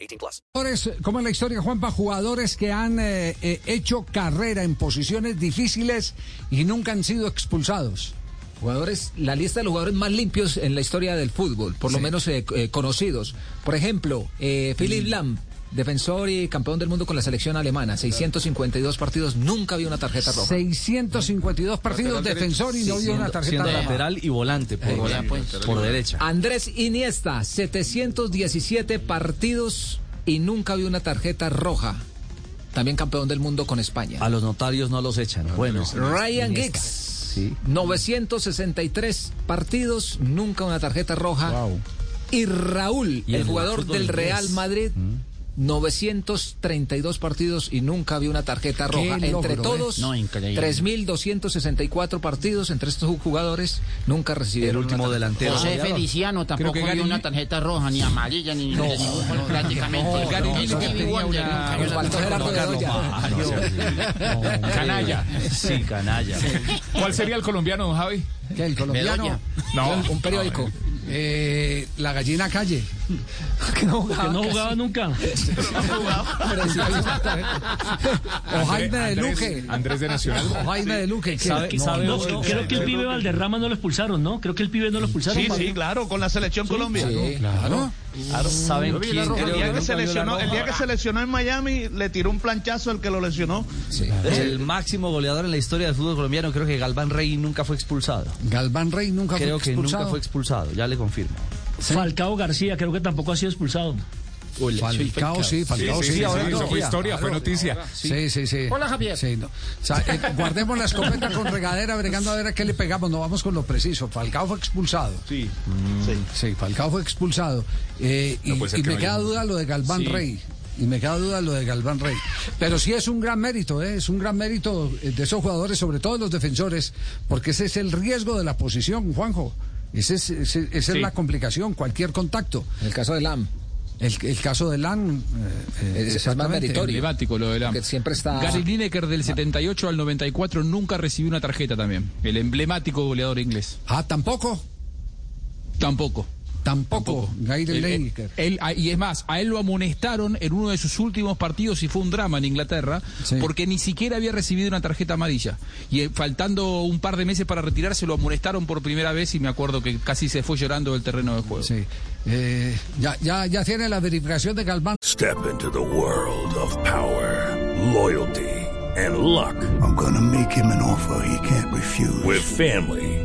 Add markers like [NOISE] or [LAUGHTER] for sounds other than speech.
18 plus. Jugadores, ¿Cómo es la historia, Juanpa? Jugadores que han eh, eh, hecho carrera en posiciones difíciles y nunca han sido expulsados. Jugadores, la lista de los jugadores más limpios en la historia del fútbol, por lo menos eh, eh, conocidos. Por ejemplo, eh, Philip Mm. Lahm, defensor y campeón del mundo con la selección alemana, 652 partidos, nunca vio una tarjeta roja. 652 partidos, defensor y no vio una tarjeta Siendo roja. lateral y volante por, pues, por derecha. Andrés Iniesta, 717 partidos y nunca vio una tarjeta roja. También campeón del mundo con España. A los notarios no los echan. Bueno, Ryan Giggs, 963 partidos, nunca una tarjeta roja. Y Raúl, Y el el jugador fútbol Mm. del inglés. Real Madrid, 932 partidos y nunca vio una tarjeta roja. Entre logro, ¿eh? todos, No, increíble. 3.264 partidos entre estos jugadores, nunca recibieron el último una tarjeta delantero. José Feliciano tampoco Creo que vio Garini- una tarjeta roja, ni amarilla, ni no, ningún prácticamente. Garini El que Stevie tenía Wonder una- nunca vio Nos una faltó tarjeta Gerardo roja. Bedoya. Canalla. Sí, canalla. ¿Cuál sería el colombiano, don Javi? ¿Qué, el colombiano? Bedoya. No. Un periódico. Eh, la gallina calle. que no jugaba, nunca. casi, pero sí había una tarjeta. O Jaime de Andrés- Luque. Andrés de Nacional. [LAUGHS] O Jaime de Luque. que- ¿Sabe- no, sabe no, otro? no, Creo que el pibe Valderrama no lo expulsaron, ¿no? Creo que el pibe no lo expulsaron. Sí, sí, claro, con la selección Colombia. Sí, claro. ¿Saben quién? creo El que día, nunca que se vio la lesionó, el roja? día que se lesionó en Miami, le tiró un planchazo al que lo lesionó. El máximo goleador en la historia del fútbol colombiano, creo que Galván Rey nunca fue expulsado. Galván Rey nunca fue Creo que nunca expulsado. fue expulsado, ya le confirmo. Falcao García, creo que tampoco ha sido expulsado. Falcao, sí, Falcao, sí. eso ahora no. fue historia, fue noticia. Sí, sí, sí. Hola, Javier. Sí, no. O sea, eh, guardemos la escopeta con regadera, bregando a ver a qué le pegamos. No vamos con lo preciso. Falcao fue expulsado. Mm, Sí. Sí, Falcao fue expulsado. Eh, y No puede ser y que me no queda haya- duda lo de Galván Rey. Y me queda duda lo de Galván Rey. Pero sí es un gran mérito, ¿eh? es un gran mérito eh, de esos jugadores, sobre todo de los defensores, porque ese es el riesgo de la posición, Juanjo. Ese es, ese- esa es la complicación, cualquier contacto. En el caso de Lam, El, el caso de Lan. eh, eh, es, es más exactamente. meritorio. Emblemático lo de Lam. Que siempre está. Gary Lineker del 78 al 94 nunca recibió una tarjeta también. El emblemático goleador inglés. Ah, tampoco. Tampoco. Tampoco, Gaire Él- él- Lineker. él- a- y es más, a él lo amonestaron en uno de sus últimos partidos y fue un drama en Inglaterra Sí. porque ni siquiera había recibido una tarjeta amarilla. Y eh, faltando un par de meses para retirarse lo amonestaron por primera vez y me acuerdo que casi se fue llorando del terreno de juego. Sí. Eh, ya, ya, ya tiene la verificación de Galván. Step into the world of power, loyalty, and luck. I'm going to make him an offer he can't refuse. With family,